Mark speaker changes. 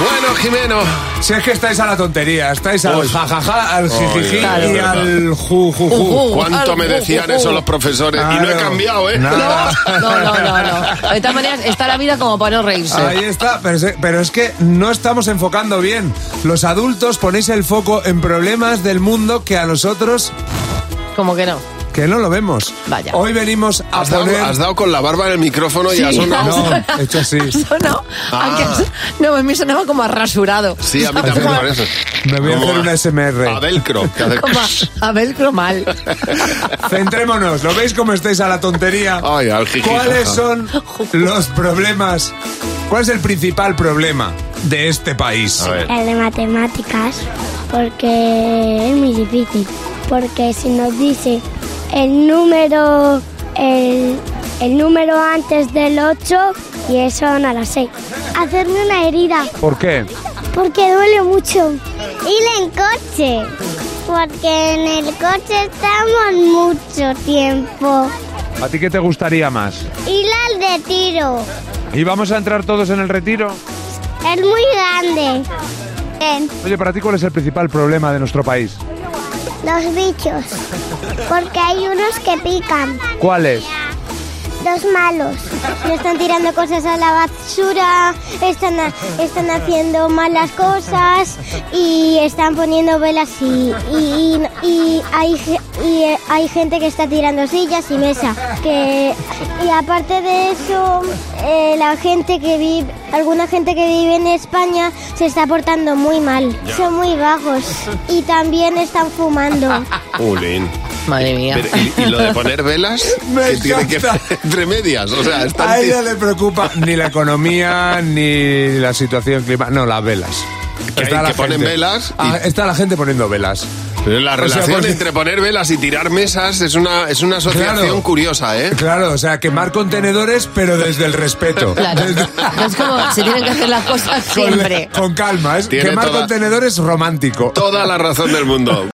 Speaker 1: Bueno, Jimeno.
Speaker 2: Si es que estáis a la tontería, estáis al
Speaker 1: Uy.
Speaker 2: jajaja, al
Speaker 1: Uy,
Speaker 2: jijiji
Speaker 1: claro,
Speaker 2: y
Speaker 1: es verdad.
Speaker 2: al ju, ju, ju.
Speaker 3: Ujú.
Speaker 1: uh, ¿Cuánto me decían eso los profesores? Y no he
Speaker 2: uh, Claro.
Speaker 1: cambiado, ¿eh?
Speaker 2: Nada.
Speaker 3: No, no, no, no. De todas maneras, está la vida como para no reírse.
Speaker 2: Ahí está, pero, se- pero es que no estamos enfocando bien. Los adultos ponéis el foco en problemas del mundo que a nosotros
Speaker 3: Como que no.
Speaker 2: que no lo vemos.
Speaker 3: Vaya.
Speaker 2: Hoy venimos a
Speaker 1: Has dado,
Speaker 2: poner
Speaker 1: has dado con la barba en el micrófono y
Speaker 3: Sí,
Speaker 1: has
Speaker 3: has-
Speaker 1: sonado.
Speaker 2: No, he hecho así.
Speaker 3: Eso no.
Speaker 1: Ah.
Speaker 3: Aunque es- no, a mí sonaba como a rasurado.
Speaker 1: Sí, a mí
Speaker 3: Como-
Speaker 1: también me parece.
Speaker 2: Me voy a
Speaker 1: Como
Speaker 2: hacer una SMR.
Speaker 1: A velcro. que hace-
Speaker 3: Como a velcro mal.
Speaker 2: Centrémonos, ¿lo veis cómo estáis a la tontería?
Speaker 1: Ay, al jiji,
Speaker 2: ¿Cuáles
Speaker 1: jaja.
Speaker 2: son los problemas? ¿Cuál es el principal problema de este país?
Speaker 1: A ver.
Speaker 4: El de matemáticas, porque es muy difícil. Porque si nos dice el número, el, el número antes del 8 y eso a las 6. Hacerme una herida,
Speaker 2: ¿Por qué?
Speaker 4: porque duele mucho. Ir en coche, porque en el coche estamos mucho tiempo.
Speaker 2: ¿A ti qué te gustaría más?
Speaker 4: Ir al de tiro,
Speaker 2: ¿Y vamos a entrar todos en el retiro?
Speaker 4: es muy grande.
Speaker 2: Oye, ¿para ti cuál es el principal problema de nuestro país?
Speaker 4: Los bichos, porque hay unos que pican.
Speaker 2: ¿Cuál es?
Speaker 4: Los malos. No están tirando cosas a la basura, están, ha- están haciendo malas cosas y están poniendo velas y, y, y- y hay, ge- y eh, hay gente que está tirando sillas y mesa. Que, y aparte de eso, eh, la gente que vive, alguna gente que vive en España se está portando muy mal. Son muy bajos y también están fumando.
Speaker 1: Ulín.
Speaker 3: Madre mía.
Speaker 1: Pero, ¿y, y lo de poner velas?
Speaker 2: Me
Speaker 1: que tiene que
Speaker 2: encanta.
Speaker 1: entre medias. O sea, están
Speaker 2: A ella le preocupa ni la economía ni la situación climática. No, las velas.
Speaker 1: Que hay- que ponen
Speaker 2: gente-
Speaker 1: velas y-
Speaker 2: Ah, está la gente poniendo velas.
Speaker 1: Pero la
Speaker 2: O sea,
Speaker 1: relación
Speaker 2: porque-
Speaker 1: entre poner velas y tirar mesas es una, es una asociación
Speaker 2: Claro.
Speaker 1: curiosa, ¿eh?
Speaker 2: Claro, o sea, quemar contenedores, pero desde el respeto.
Speaker 3: Claro.
Speaker 2: Desde-
Speaker 3: Es como se tienen que hacer las cosas
Speaker 2: con,
Speaker 3: siempre.
Speaker 2: con calma. Es
Speaker 1: Tiene
Speaker 2: quemar
Speaker 1: toda-
Speaker 2: contenedores romántico.
Speaker 1: Toda la razón del mundo.